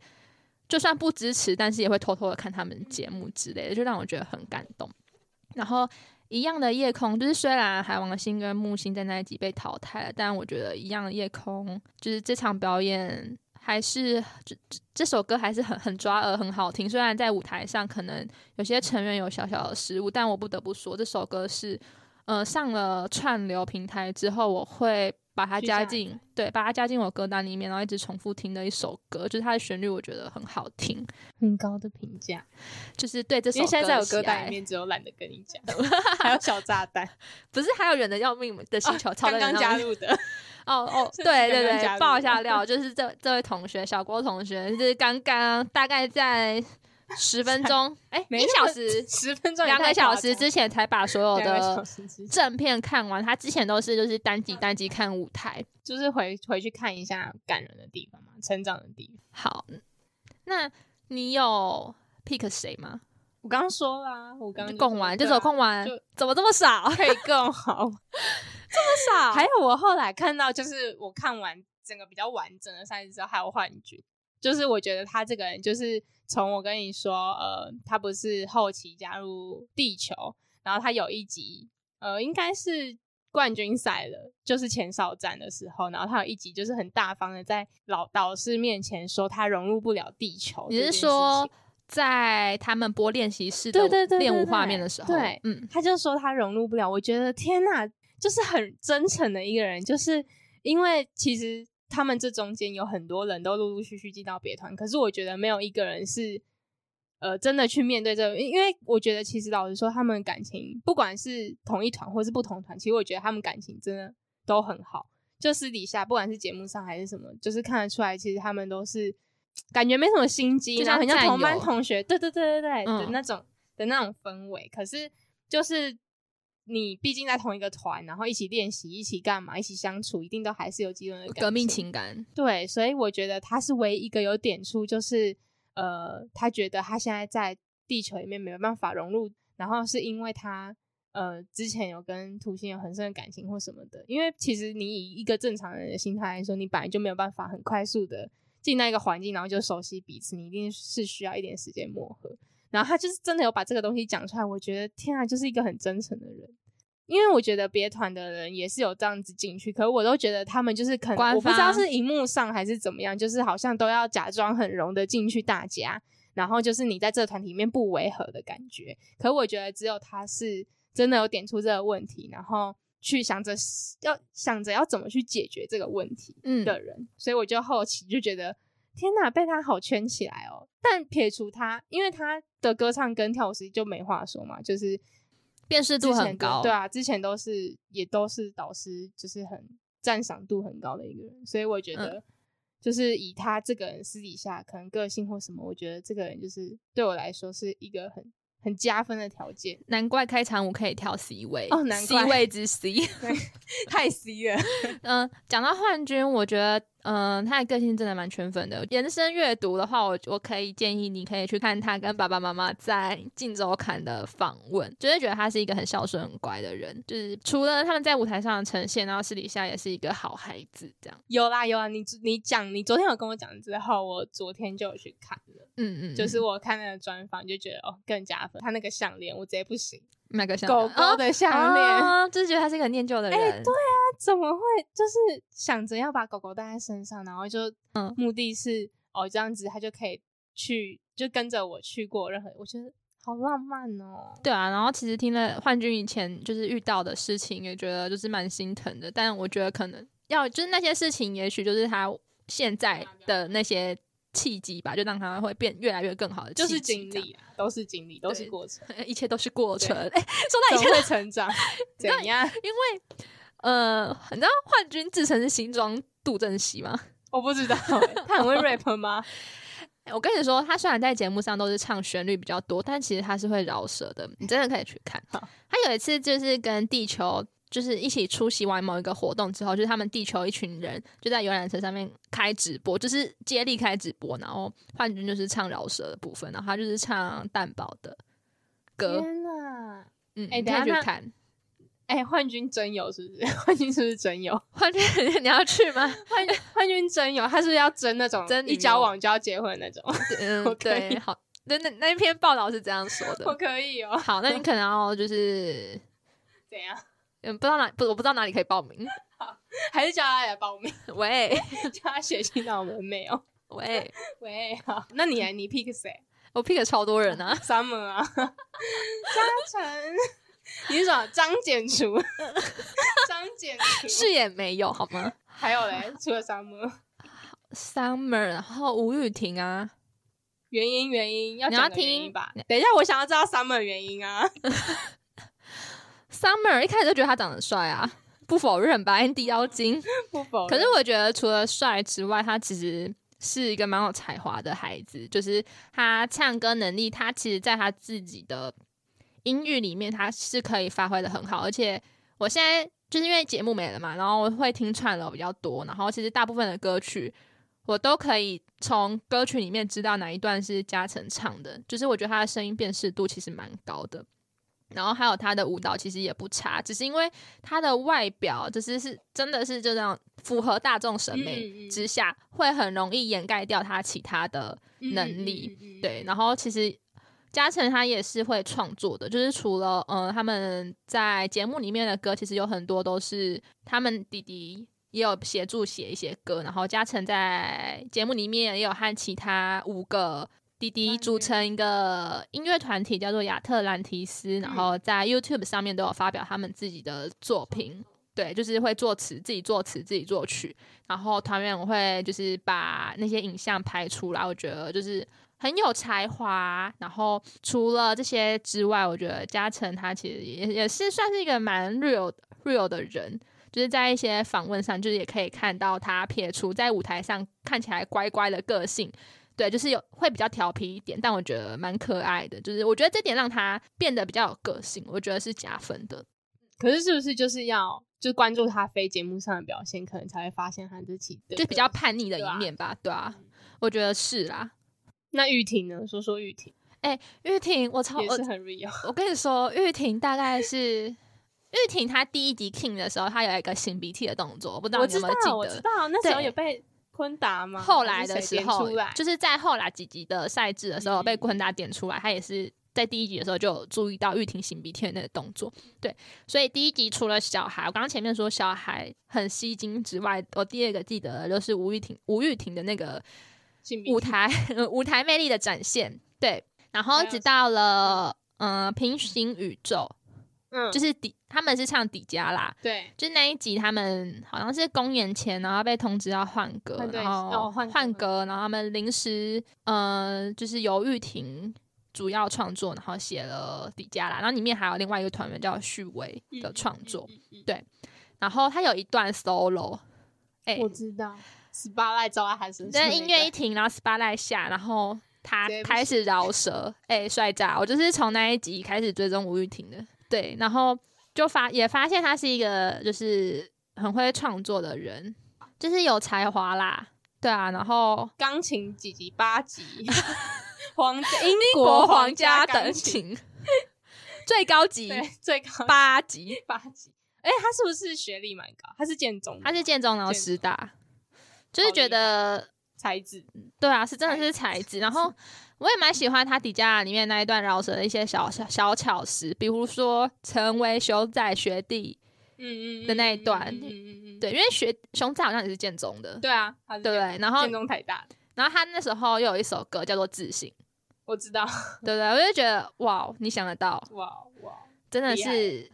Speaker 1: 就算不支持，但是也会偷偷的看他们节目之类的，就让我觉得很感动。然后一样的夜空，就是虽然海王星跟木星在那一集被淘汰了，但我觉得一样的夜空，就是这场表演还是这这这首歌还是很很抓耳，很好听。虽然在舞台上可能有些成员有小小的失误，但我不得不说，这首歌是呃上了串流平台之后，我会把它
Speaker 2: 去下
Speaker 1: 加进对，把它加进我歌单里面，然后一直重复听的一首歌，就是它的旋律我觉得很好听，
Speaker 2: 很高的评价，
Speaker 1: 就是对这首
Speaker 2: 因
Speaker 1: 歌
Speaker 2: 为现在在我
Speaker 1: 的喜
Speaker 2: 歌单
Speaker 1: 爱
Speaker 2: 里面只有懒得跟你讲， [laughs] 还有小炸弹，
Speaker 1: 不是还有远的要命的星球，超
Speaker 2: [laughs] 啊刚刚加入的，
Speaker 1: 哦哦，
Speaker 2: 是
Speaker 1: 对
Speaker 2: 不是刚
Speaker 1: 对
Speaker 2: 刚加
Speaker 1: 对，
Speaker 2: 入
Speaker 1: 爆一下料，就是这这位同学小郭同学，就是刚刚大概在十分钟，哎，
Speaker 2: [laughs] 没
Speaker 1: 一
Speaker 2: 那
Speaker 1: 小
Speaker 2: 么
Speaker 1: 时
Speaker 2: [laughs] 十分钟也
Speaker 1: 两
Speaker 2: 太
Speaker 1: 个
Speaker 2: 夸
Speaker 1: 小
Speaker 2: 张
Speaker 1: 时之前才把所有
Speaker 2: 两个小
Speaker 1: 的
Speaker 2: 时 [laughs] 之前
Speaker 1: 正片看完，他之前都是就是单集单集看舞台。
Speaker 2: 就是回回去看一下感人的地方嘛，成长的地方。
Speaker 1: 好，那你有 pick 谁吗？
Speaker 2: 我刚刚说啦，我刚刚
Speaker 1: 就
Speaker 2: 说
Speaker 1: 供完，
Speaker 2: 对
Speaker 1: 就只有
Speaker 2: 啊
Speaker 1: 供完
Speaker 2: 就，
Speaker 1: 怎 [laughs] 么这么少？
Speaker 2: 可以更好。
Speaker 1: 少
Speaker 2: 还有我后来看到，就是我看完整个比较完整的赛事之后，还有幻觉，就是我觉得他这个人，就是从我跟你说，呃，他不是后期加入地球，然后他有一集，呃，应该是。冠军赛了，就是前哨战的时候，然后他有一集就是很大方的在老导师面前说他融入不了地球这
Speaker 1: 你
Speaker 2: 件事
Speaker 1: 是
Speaker 2: 情。
Speaker 1: 说在他们播练习室的
Speaker 2: 对对对对
Speaker 1: 练舞
Speaker 2: 对
Speaker 1: 画面的时候？
Speaker 2: 对
Speaker 1: 嗯，
Speaker 2: 他就说他融入不了。我觉得天呐，就是很真诚的一个人，就是因为其实他们这中间有很多人都陆陆续续进到别团，可是我觉得没有一个人是呃真的去面对这个，因因为我觉得其实老实说，他们感情不管是同一团或是不同团，其实我觉得他们感情真的都很好。就私底下，不管是节目上还是什么，就是看得出来，其实他们都是感觉没什么心机，
Speaker 1: 就
Speaker 2: 然后很
Speaker 1: 像
Speaker 2: 像
Speaker 1: 战
Speaker 2: 同班
Speaker 1: 友
Speaker 2: 同学，对对对对对、的
Speaker 1: 嗯
Speaker 2: 那种的那种氛围。可是就是你毕竟在同一个团，然后一起练习，一起干嘛，一起相处，一定都还是有几分的感
Speaker 1: 革命。情感。
Speaker 2: 对，所以我觉得他是唯一一个有点出，就是呃，他觉得他现在在地球里面没有办法融入，然后是因为他呃之前有跟土星有很深的感情或什么的。因为其实你以一个正常人的心态来说，你本来就没有办法很快速的进到一个环境，然后就熟悉彼此，你一定是需要一点时间磨合。然后他就是真的有把这个东西讲出来，我觉得天啊，就是一个很真诚的人。因为我觉得别团的人也是有这样子进去，可是我都觉得他们就是可能
Speaker 1: 官
Speaker 2: 我不知道
Speaker 1: 方
Speaker 2: 是荧幕上还是怎么样，就是好像都要假装很融的进去大家，然后就是你在这个团体里面不违和的感觉。可我觉得只有他是真的有点出这个问题，然后去想着要想着要怎么去解决这个问题。
Speaker 1: 嗯，
Speaker 2: 的人，所以我就后期就觉得，天哪，被他好圈起来哦。但撇除他，因为他的歌唱跟跳舞实际就没话说嘛，就是
Speaker 1: 辨识度
Speaker 2: 之前
Speaker 1: 很
Speaker 2: 都
Speaker 1: 高。
Speaker 2: 对啊，之前都是也都是导师，就是很赞赏度很高的一个人，所以我
Speaker 1: 嗯
Speaker 2: 觉得。就是以他这个人私底下可能个性或什么，我觉得这个人就是对我来说是一个很很加分的条件，
Speaker 1: [laughs] 难怪开场舞可以跳 C 位
Speaker 2: 哦难
Speaker 1: C [laughs]
Speaker 2: 怪
Speaker 1: 位之 C。
Speaker 2: 太 C 了。
Speaker 1: 嗯，讲到幻君，我觉得嗯，他的个性真的蛮圈粉的。延伸阅读的话，我我可以建议你可以去看他跟爸爸妈妈在《镜周刊》的访问，就会觉得他是一个很孝顺、很乖的人。就是除了他们在舞台上的呈现，然后私底下也是一个好孩子。这样，
Speaker 2: [laughs] 有啦有啦，你你讲，你昨天有跟我讲之后，我昨天就有去看了，
Speaker 1: 嗯嗯，
Speaker 2: 就是我看那个专访就觉得哦更加分。他那个项链我直接不行，
Speaker 1: 那个项
Speaker 2: 狗
Speaker 1: 链
Speaker 2: 狗的项链，
Speaker 1: 啊，就是觉得他是一个很念旧的人。
Speaker 2: 哎对啊，怎么会就是想着要把狗狗带在身上，然后就
Speaker 1: 嗯
Speaker 2: 目的是、哦这样子它就可以去就跟着我去过任何，我觉得好浪漫哦。
Speaker 1: 对啊，然后其实听了幻君以前就是遇到的事情，也觉得就是蛮心疼的。但我觉得可能要就是那些事情，也许就是他现在的那些契机吧，就让他会变越来越更好的，
Speaker 2: 就是经。历啊，都是经历，都是
Speaker 1: 对
Speaker 2: 过
Speaker 1: [laughs]
Speaker 2: 程，
Speaker 1: 一切都是过程。 [laughs] 哎，
Speaker 2: 对
Speaker 1: 说到
Speaker 2: 总
Speaker 1: 一切，
Speaker 2: 会
Speaker 1: [laughs]
Speaker 2: 成长。怎样？
Speaker 1: 因为呃，你知道幻君自称是新庄杜振熙吗？
Speaker 2: 我不知道欸、他
Speaker 1: [laughs]
Speaker 2: 很会 rap 吗？
Speaker 1: 哎我跟你说，他虽然在节目上都是唱旋律比较多，但其实他是会饶舌的，你真的可以去看。
Speaker 2: 好
Speaker 1: 他有一次就是跟地球就是一起出席完某一个活动之后，就是他们地球一群人就在游览车上面开直播，就是接力开直播，然后幻君就是唱饶舌的部分，然后他就是唱蛋堡的歌，
Speaker 2: 天哪！
Speaker 1: 嗯，
Speaker 2: 哎
Speaker 1: 你
Speaker 2: 等
Speaker 1: 可以
Speaker 2: 一下
Speaker 1: 去
Speaker 2: 那
Speaker 1: 看。
Speaker 2: 哎、幻君真有是不 [laughs] 是？幻君是不是真有？
Speaker 1: 幻君， [laughs] 你要去
Speaker 2: [laughs]
Speaker 1: 吗？
Speaker 2: 幻幻君真有，他是不是要真那种
Speaker 1: 真女
Speaker 2: 一
Speaker 1: 友
Speaker 2: 交往就要结婚的那种？我
Speaker 1: 嗯，
Speaker 2: 可以
Speaker 1: 对，好，那那那一篇报道是这样说
Speaker 2: [laughs]
Speaker 1: 的。
Speaker 2: 我可以哦。
Speaker 1: 好，那你可能要就是，
Speaker 2: 怎样？ [laughs]
Speaker 1: 嗯，不知道哪不，我不知道哪里可以报名。 [laughs]
Speaker 2: 还是叫他来报名，
Speaker 1: 喂
Speaker 2: [laughs] 叫他写信到我们没有？
Speaker 1: 喂，
Speaker 2: 喂，好，那你来，你 pick 谁
Speaker 1: 我 pick 了超多人啊！[laughs]
Speaker 2: ？Summer 啊，嘉诚， [laughs] 你是什么？张简除，
Speaker 1: [laughs]
Speaker 2: 张简除
Speaker 1: 是也没有好吗
Speaker 2: 还有嘞，除了 Summer，
Speaker 1: ？Summer，然后吴雨婷啊，
Speaker 2: 原因原因要
Speaker 1: 你要
Speaker 2: 讲个
Speaker 1: 听
Speaker 2: 原因吧？等一下，我想要知道 Summer 的原
Speaker 1: [laughs]
Speaker 2: 因啊。
Speaker 1: Summer 一开始就觉得他长得帅啊，不否认吧？Andy 妖精，
Speaker 2: 不否认，
Speaker 1: 可是我觉得除了帅之外，他其实是一个蛮有才华的孩子，就是他唱歌能力，他其实在他自己的音域里面，他是可以发挥的很好。而且我现在就是因为节目没了嘛，然后我会听串流比较多，然后其实大部分的歌曲我都可以从歌曲里面知道哪一段是嘉诚唱的，就是我觉得他的声音辨识度其实蛮高的。然后还有他的舞蹈其实也不差，只是因为他的外表就是是真的是就这样符合大众审
Speaker 2: 嗯嗯
Speaker 1: 美
Speaker 2: 嗯
Speaker 1: 之下，会很容易掩盖掉他其他的能力
Speaker 2: 嗯，嗯嗯嗯
Speaker 1: 对，然后其实嘉诚他也是会创作的，就是除了呃他们在节目里面的歌，其实有很多都是他们弟弟也有协助写一些歌，然后嘉诚在节目里面也有和其他五个。弟弟组成一个音乐团体，叫做亚特兰提斯，然后在 YouTube 上面都有发表他们自己的作品。对，就是会作词，自己作词，自己作曲。然后团员会就是把那些影像拍出来，我觉得就是很有才华。然后除了这些之外，我觉得嘉诚他其实也也是算是一个蛮 real real 的人，就是在一些访问上，就是也可以看到他撇除在舞台上看起来乖乖的个性。对，就是有会比较调皮一点，但我觉得蛮可爱的。就是我觉得这点让他变得比较有个性，我觉得是加分的。
Speaker 2: 可是是不是就是要就关注他非节目上的表现，可能才会发现他自己的
Speaker 1: 就比较叛逆的
Speaker 2: 对啊
Speaker 1: 一面吧，对啊，我觉得是啦。
Speaker 2: 那玉婷呢？说说玉婷
Speaker 1: 玉婷，我超
Speaker 2: 也
Speaker 1: 哦我
Speaker 2: 是很 real，
Speaker 1: 我跟你说，玉婷大概是玉婷，她第一集 King 的时候，她有一个擤鼻涕的动作，我不知道
Speaker 2: 我
Speaker 1: 你有
Speaker 2: 知
Speaker 1: 没
Speaker 2: 道
Speaker 1: 有记得。
Speaker 2: 我知道那时候
Speaker 1: 对
Speaker 2: 有被昆达嘛，
Speaker 1: 后来
Speaker 2: 还是
Speaker 1: 的
Speaker 2: 谁
Speaker 1: 时
Speaker 2: 点
Speaker 1: 候
Speaker 2: 出来，
Speaker 1: 就是在后来几集的赛制的时候
Speaker 2: 嗯
Speaker 1: 被昆达点出来，他也是在第一集的时候就有注意到玉婷擤鼻涕的那个动作。对，所以第一集除了小孩，我刚刚前面说小孩很吸睛之外，我第二个记得的就是吴玉婷，吴玉婷的那个
Speaker 2: 性别
Speaker 1: 舞台 [laughs] 舞台魅力的展现。对，然
Speaker 2: 还
Speaker 1: 后
Speaker 2: 有
Speaker 1: 直到了嗯、呃平行宇宙，
Speaker 2: 嗯，
Speaker 1: 就是迪他们是唱迪迦啦，
Speaker 2: 对，
Speaker 1: 就是那一集他们好像是公演前，然后被通知要换歌
Speaker 2: 换，对
Speaker 1: 然后
Speaker 2: 哦换歌
Speaker 1: 歌，然后他们临时呃就是由玉婷主要创作，然后写了迪迦啦，然后里面还有另外一个团员叫旭威的创作，
Speaker 2: 嗯，嗯嗯嗯
Speaker 1: 然后他有一段 solo，哎、
Speaker 2: 我知道。十八赖照在他身上那
Speaker 1: 但
Speaker 2: 个，
Speaker 1: 音乐一停，然后 SPA 在下，然后他
Speaker 2: 直接不
Speaker 1: 开始饶舌，哎、帅炸！我就是从那一集开始追踪吴玉婷的，对，然后就发也发现他是一个就是很会创作的人，就是有才华啦，对啊，然后
Speaker 2: 钢琴几级？
Speaker 1: [laughs]
Speaker 2: 八级，皇家英
Speaker 1: 英
Speaker 2: 国
Speaker 1: 国
Speaker 2: 皇
Speaker 1: 皇
Speaker 2: 家
Speaker 1: 家
Speaker 2: 钢
Speaker 1: 等
Speaker 2: 琴，
Speaker 1: 级最高级
Speaker 2: 对，最高
Speaker 1: 八级，
Speaker 2: 八级。哎，他是不是学历蛮高？他是建中的吗，
Speaker 1: 他是建中然后
Speaker 2: 建
Speaker 1: 师大，就是
Speaker 2: 好厉
Speaker 1: 觉
Speaker 2: 害
Speaker 1: 得
Speaker 2: 才子，
Speaker 1: 对啊，是真的
Speaker 2: 才
Speaker 1: 是才子。然后我也蛮喜欢他底下里面那一段饶舌的一些小小小巧思，比如说成为熊仔学弟，
Speaker 2: 嗯嗯嗯
Speaker 1: 的那一
Speaker 2: 嗯
Speaker 1: 段
Speaker 2: 嗯嗯嗯，嗯
Speaker 1: 对，因为学熊仔好像也是建中的，
Speaker 2: 对啊，他是
Speaker 1: 对不对？然后
Speaker 2: 建中台大的，
Speaker 1: 然后他那时候又有一首歌叫做《自
Speaker 2: [laughs]
Speaker 1: 信》，
Speaker 2: 我知道，
Speaker 1: 对不对？我就觉得哇，哦你想得到，
Speaker 2: 哇哇，
Speaker 1: 真的
Speaker 2: 厉害
Speaker 1: 是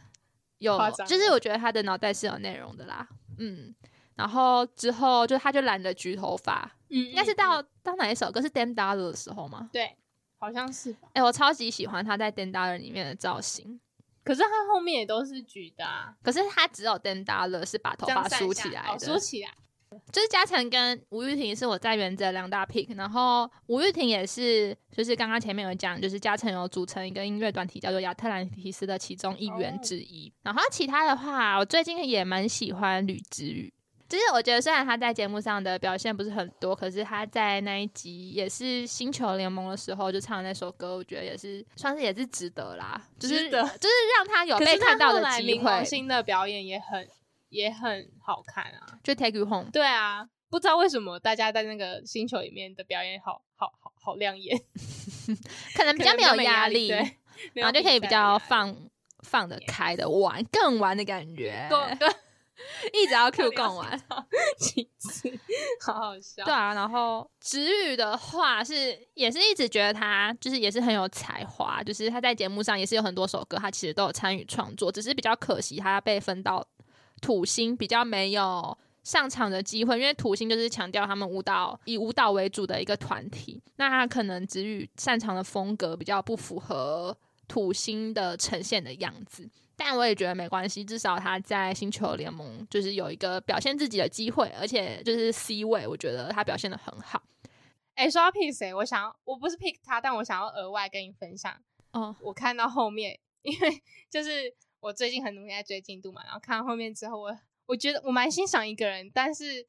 Speaker 1: 有
Speaker 2: 夸，张
Speaker 1: 就是我觉得他的脑袋是有内容的啦，嗯。然后之后就他就染了橘头发，
Speaker 2: 嗯，
Speaker 1: 应该是
Speaker 2: 嗯嗯
Speaker 1: 到到哪一首歌是《Damn Dollar》的时候吗？
Speaker 2: 对，好像是吧。
Speaker 1: 哎、我超级喜欢他在《Damn Dollar》里面的造型，
Speaker 2: 可是他后面也都是橘的啊，
Speaker 1: 可是他只有 Dan d a l 是把头
Speaker 2: 这样
Speaker 1: 发
Speaker 2: 散
Speaker 1: 梳
Speaker 2: 下
Speaker 1: 起来
Speaker 2: 哦
Speaker 1: 的，
Speaker 2: 梳起来，
Speaker 1: 就是嘉诚跟吴玉婷是我在原则两大 pick，然后吴玉婷也是，就是刚刚前面有讲，就是嘉诚有组成一个音乐团体叫做亚特兰提斯的其中一员
Speaker 2: 哦
Speaker 1: 之一。然后其他的话，我最近也蛮喜欢吕之宇，就是我觉得虽然他在节目上的表现不是很多，可是他在那一集也是星球联盟的时候就唱的那首歌，我觉得也是算是也是值得啦，就是就是
Speaker 2: 值得
Speaker 1: 让他有
Speaker 2: 可
Speaker 1: 被
Speaker 2: 是他
Speaker 1: 看到
Speaker 2: 后
Speaker 1: 的
Speaker 2: 来
Speaker 1: 机
Speaker 2: 冥王
Speaker 1: 会，
Speaker 2: 星的表演也很也很好看啊。
Speaker 1: 就 Take You Home。
Speaker 2: 对啊，不知道为什么大家在那个星球里面的表演好好好好亮眼，
Speaker 1: 可能比较
Speaker 2: 可能
Speaker 1: 没
Speaker 2: 比
Speaker 1: 有
Speaker 2: 没
Speaker 1: 压
Speaker 2: 力，
Speaker 1: 力，
Speaker 2: 对
Speaker 1: 然后就可以比较，放放得开的玩，更玩的感觉
Speaker 2: 没，有比赛的压力够
Speaker 1: 一直要 Q
Speaker 2: 够
Speaker 1: 更玩。
Speaker 2: 几次，好好笑。
Speaker 1: 对啊，然后 [laughs] 直宇的话是也是一直觉得他就是也是很有才华，就是他在节目上也是有很多首歌，他其实都有参与创作，只是比较可惜他被分到土星，比较没有上场的机会，因为土星就是强调他们舞蹈以舞蹈为主的一个团体，那他可能直宇擅长的风格比较不符合土星的呈现的样子。但我也觉得没关系，至少他在星球联盟就是有一个表现自己的机会，而且就是 C 位，我觉得他表现的很好。
Speaker 2: 哎，说到 pick 谁，我想要，我不是 pick 他，但我想要额外跟你分享。
Speaker 1: 哦，
Speaker 2: 我看到后面，因为就是我最近很努力在追进度嘛，然后看到后面之后我，我觉得我蛮欣赏一个人，但是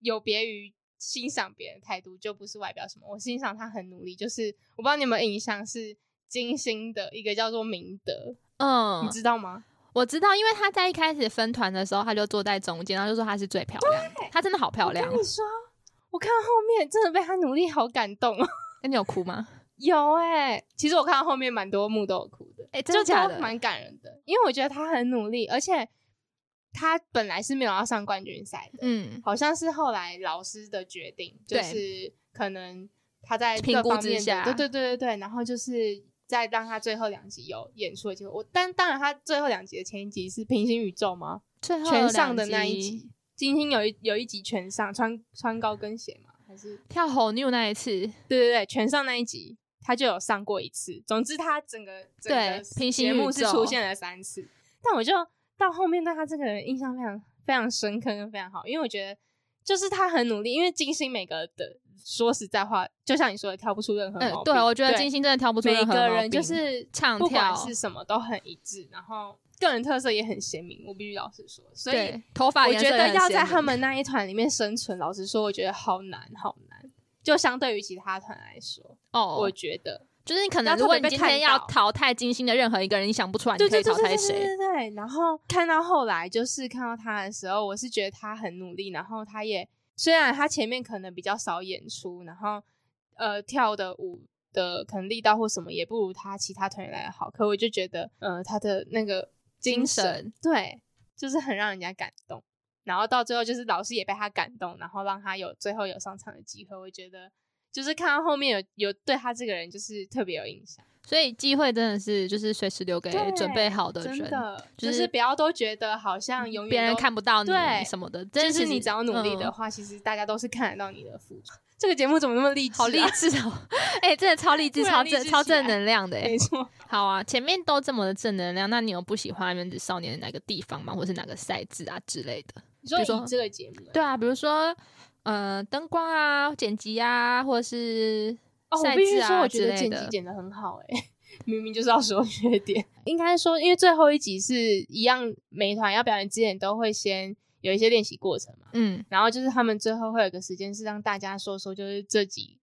Speaker 2: 有别于欣赏别人的态度，就不是外表什么，我欣赏他很努力，就是我不知道你有没有印象，是金星的一个叫做明德，
Speaker 1: 嗯
Speaker 2: 你，知道吗？
Speaker 1: 我知道，因为他在一开始分团的时候，他就坐在中间，然后就说他是最漂亮的，他真的好漂亮
Speaker 2: 我。跟你说，我看到后面真的被他努力好感动哦。 [laughs]
Speaker 1: 那你有哭吗？
Speaker 2: 有哎、其实我看到后面蛮多幕都有哭的，
Speaker 1: 哎、
Speaker 2: 就都蛮感人的，因为我觉得他很努力，而且他本来是没有要上冠军赛的，
Speaker 1: 嗯，
Speaker 2: 好像是后来老师的决定，就
Speaker 1: 对
Speaker 2: 是可能他在
Speaker 1: 评
Speaker 2: 各
Speaker 1: 估
Speaker 2: 方
Speaker 1: 之
Speaker 2: 面的
Speaker 1: 下
Speaker 2: 对对对对对，然后就是再让他最后两集有演出的机会。我但当然，他最后两集的前一集是平行宇宙吗？
Speaker 1: 最后
Speaker 2: 全上的
Speaker 1: 两
Speaker 2: 那一集，金星有一有一集全上，穿穿高跟鞋嘛，还是
Speaker 1: 跳吼 new 那一次，
Speaker 2: 对对对，全上那一集他就有上过一次。总之，他整个整个
Speaker 1: 对平行
Speaker 2: 节目
Speaker 1: 宇
Speaker 2: 是
Speaker 1: 宙
Speaker 2: 出现了三次。但我就到后面对他这个人印象非常非常深刻跟非常好，因为我觉得就是他很努力，因为金星每个的说实在话，就像你说的，挑不出任何
Speaker 1: 嗯
Speaker 2: 毛病。，
Speaker 1: 对，我觉得金
Speaker 2: 星
Speaker 1: 星真的挑不出
Speaker 2: 每
Speaker 1: 任何
Speaker 2: 个
Speaker 1: 毛
Speaker 2: 人就
Speaker 1: 病
Speaker 2: 是
Speaker 1: 唱
Speaker 2: 不管
Speaker 1: 跳，
Speaker 2: 是什么都很一致，然后个人特色也很鲜明。我必须老实说，所以
Speaker 1: 对头发
Speaker 2: 我
Speaker 1: 颜
Speaker 2: 觉
Speaker 1: 色也
Speaker 2: 得
Speaker 1: 很
Speaker 2: 要
Speaker 1: 鲜
Speaker 2: 在他
Speaker 1: 明
Speaker 2: 们那一团里面生存，老实说，我觉得好难，好难。就相对于其他团来说，
Speaker 1: 哦，
Speaker 2: 我觉得
Speaker 1: 就是你可
Speaker 2: 要
Speaker 1: 能
Speaker 2: 特
Speaker 1: 如果
Speaker 2: 别
Speaker 1: 你
Speaker 2: 被
Speaker 1: 今
Speaker 2: 看
Speaker 1: 天要
Speaker 2: 到
Speaker 1: 淘汰金星的任何一个人，你想不出来你
Speaker 2: 对
Speaker 1: 可
Speaker 2: 对
Speaker 1: 以
Speaker 2: 对
Speaker 1: 淘
Speaker 2: 对
Speaker 1: 汰
Speaker 2: 对
Speaker 1: 谁。
Speaker 2: 对对。然后看到后来，就是看到他的时候，我是觉得他很努力，然后他也虽然他前面可能比较少演出，然后呃跳的舞的可能力道或什么也不如他其他团员来的好，可我就觉得呃他的那个
Speaker 1: 精
Speaker 2: 神
Speaker 1: 神
Speaker 2: 对，就是很让人家感动。然后到最后就是老师也被他感动，然后让他有最后有上场的机会。我觉得就是看到后面有有对他这个人就是特别有印象，
Speaker 1: 所以机会真的是就是随时留给
Speaker 2: 对
Speaker 1: 准备好的
Speaker 2: 真
Speaker 1: 人，
Speaker 2: 的就
Speaker 1: 就是
Speaker 2: 是不要都觉得好像永远
Speaker 1: 别人
Speaker 2: 都，
Speaker 1: 看不到你
Speaker 2: 对
Speaker 1: 什么的，
Speaker 2: 就
Speaker 1: 但
Speaker 2: 是你只要努力
Speaker 1: 嗯啊
Speaker 2: 的话，其实大家都是看得到你的付出。这个节目怎么那么励志、啊？
Speaker 1: 好励志哦！哎、真的超励志， [laughs]
Speaker 2: 突然
Speaker 1: 超
Speaker 2: 励
Speaker 1: 正
Speaker 2: 志
Speaker 1: 超
Speaker 2: 起来
Speaker 1: 正能量的哎、
Speaker 2: 没错。
Speaker 1: 好啊，前面都这么的正能量，那你有不喜欢原子少年的哪个地方吗？或是哪个赛制啊之类的？
Speaker 2: 你
Speaker 1: 比
Speaker 2: 说
Speaker 1: 如说
Speaker 2: 以这个节目啊，
Speaker 1: 对啊，比如说呃灯光啊、剪辑啊，或是
Speaker 2: 哦，我
Speaker 1: 赛
Speaker 2: 必须
Speaker 1: 制啊
Speaker 2: 说，我觉
Speaker 1: 之
Speaker 2: 得
Speaker 1: 类
Speaker 2: 剪
Speaker 1: 的
Speaker 2: 辑剪的很好哎、明明就是要
Speaker 1: [laughs]
Speaker 2: 说缺点。应该说，因为最后一集是一样，每一团要表演之前都会先有一些练习过程嘛。
Speaker 1: 嗯，
Speaker 2: 然后就是他们最后会有个时间是让大家说说，就是这几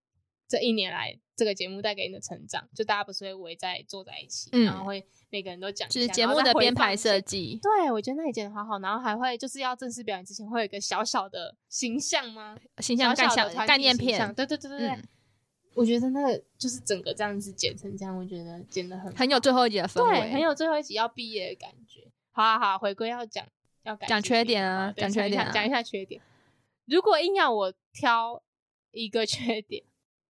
Speaker 2: 这一年来这个节目带给你的成长，就大家不是会围在坐在一起，
Speaker 1: 嗯
Speaker 2: 然后会每个人都讲一下，
Speaker 1: 就是节
Speaker 2: 然后
Speaker 1: 目
Speaker 2: 再
Speaker 1: 的
Speaker 2: 回
Speaker 1: 编
Speaker 2: 放
Speaker 1: 排
Speaker 2: 一些
Speaker 1: 设计，
Speaker 2: 对，我觉得那一件好好，然后还会就是要正式表演之前，会有一个小小的形象吗？
Speaker 1: 形象
Speaker 2: 小
Speaker 1: 概
Speaker 2: 小的
Speaker 1: 象
Speaker 2: 团
Speaker 1: 概
Speaker 2: 体
Speaker 1: 念
Speaker 2: 形象
Speaker 1: 片，
Speaker 2: 对对对对对，
Speaker 1: 嗯，
Speaker 2: 我觉得那个就是整个这样子剪成这样，我觉得剪的很
Speaker 1: 很有
Speaker 2: 好
Speaker 1: 最后一集的氛围，
Speaker 2: 对，很有最后一集要毕业的感觉。好啊好啊，回归要讲要改
Speaker 1: 讲
Speaker 2: 进
Speaker 1: 缺
Speaker 2: 的地
Speaker 1: 点
Speaker 2: 方
Speaker 1: 啊
Speaker 2: 好对
Speaker 1: 讲
Speaker 2: 讲
Speaker 1: 缺
Speaker 2: 一下
Speaker 1: 点啊
Speaker 2: 讲一下缺点。如果硬要我挑一个缺点，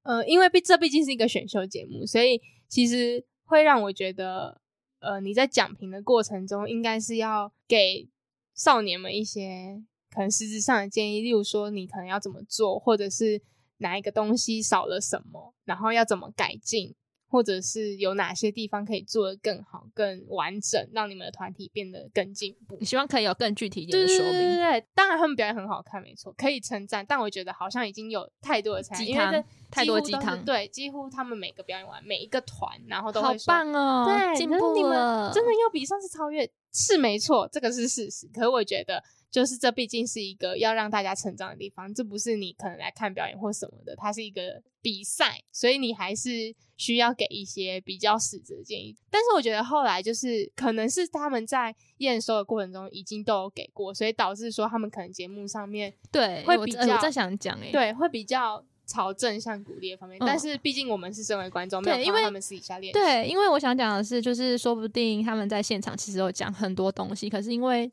Speaker 2: 呃，因为毕这毕竟是一个选秀节目，所以其实会让我觉得，呃，你在讲评的过程中，应该是要给少年们一些可能实质上的建议，例如说你可能要怎么做，或者是哪一个东西少了什么，然后要怎么改进，或者是有哪些地方可以做得更好、更完整，让你们的团体变得更进步。
Speaker 1: 希望可以有更具体一点
Speaker 2: 对
Speaker 1: 的
Speaker 2: 对
Speaker 1: 说
Speaker 2: 对对
Speaker 1: 明。
Speaker 2: 对，当然他们表演很好看，没错，可以称赞，但我觉得好像已经有太多的参与，
Speaker 1: 鸡
Speaker 2: 因为
Speaker 1: 汤
Speaker 2: 这
Speaker 1: 太
Speaker 2: 几
Speaker 1: 多
Speaker 2: 乎
Speaker 1: 鸡
Speaker 2: 都是
Speaker 1: 汤
Speaker 2: 对，几乎他们每个表演完，每一个团，然后都
Speaker 1: 好
Speaker 2: 会说，
Speaker 1: 棒哦，
Speaker 2: 对，
Speaker 1: 进
Speaker 2: 可是你
Speaker 1: 步了，
Speaker 2: 们真的要比上次超越是没错，这个是事实。可是我觉得，就是这毕竟是一个要让大家成长的地方，这不是你可能来看表演或什么的，它是一个比赛，所以你还是需要给一些比较实质的建议。但是我觉得后来就是，可能是他们在验收的过程中已经都有给过，所以导致说他们可能节目上面
Speaker 1: 对，
Speaker 2: 会
Speaker 1: 我
Speaker 2: 比
Speaker 1: 真呃我
Speaker 2: 较
Speaker 1: 在想讲哎，
Speaker 2: 对会比较。朝正向鼓励的方面，
Speaker 1: 嗯
Speaker 2: 但是毕竟我们是身为观众，没有
Speaker 1: 对
Speaker 2: 看
Speaker 1: 因
Speaker 2: 到
Speaker 1: 为
Speaker 2: 他们私底下练习。
Speaker 1: 对，因为我想讲的是，就是说不定他们在现场其实有讲很多东西，可是因为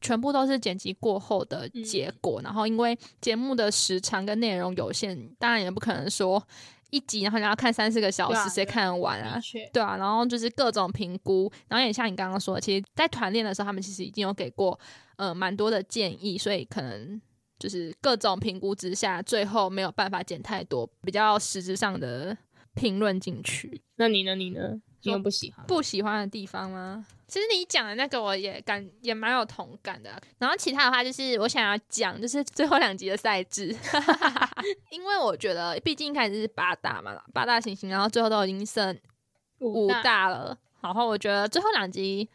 Speaker 1: 全部都是剪辑过后的
Speaker 2: 嗯
Speaker 1: 结果，然后因为节目的时长跟内容有限，当然也不可能说一集然后你要看三四个小
Speaker 2: 对啊
Speaker 1: 时谁
Speaker 2: 对
Speaker 1: 看得完啊
Speaker 2: 的。确，
Speaker 1: 对啊，然后就是各种评估，然后也像你刚刚说的，其实，在团练的时候，他们其实已经有给过呃蛮多的建议，所以可能就是各种评估之下，最后没有办法减太多比较实质上的评论进去。
Speaker 2: 那你呢？你呢？你有不喜欢吗？
Speaker 1: 不喜欢的地方吗？其实你讲的那个我也感也蛮有同感的啊、然后其他的话就是我想要讲，就是最后两集的赛制， [laughs] 因为我觉得毕竟一开始是八大嘛，八大行星，然后最后都已经剩五大了，然后我觉得最后两集，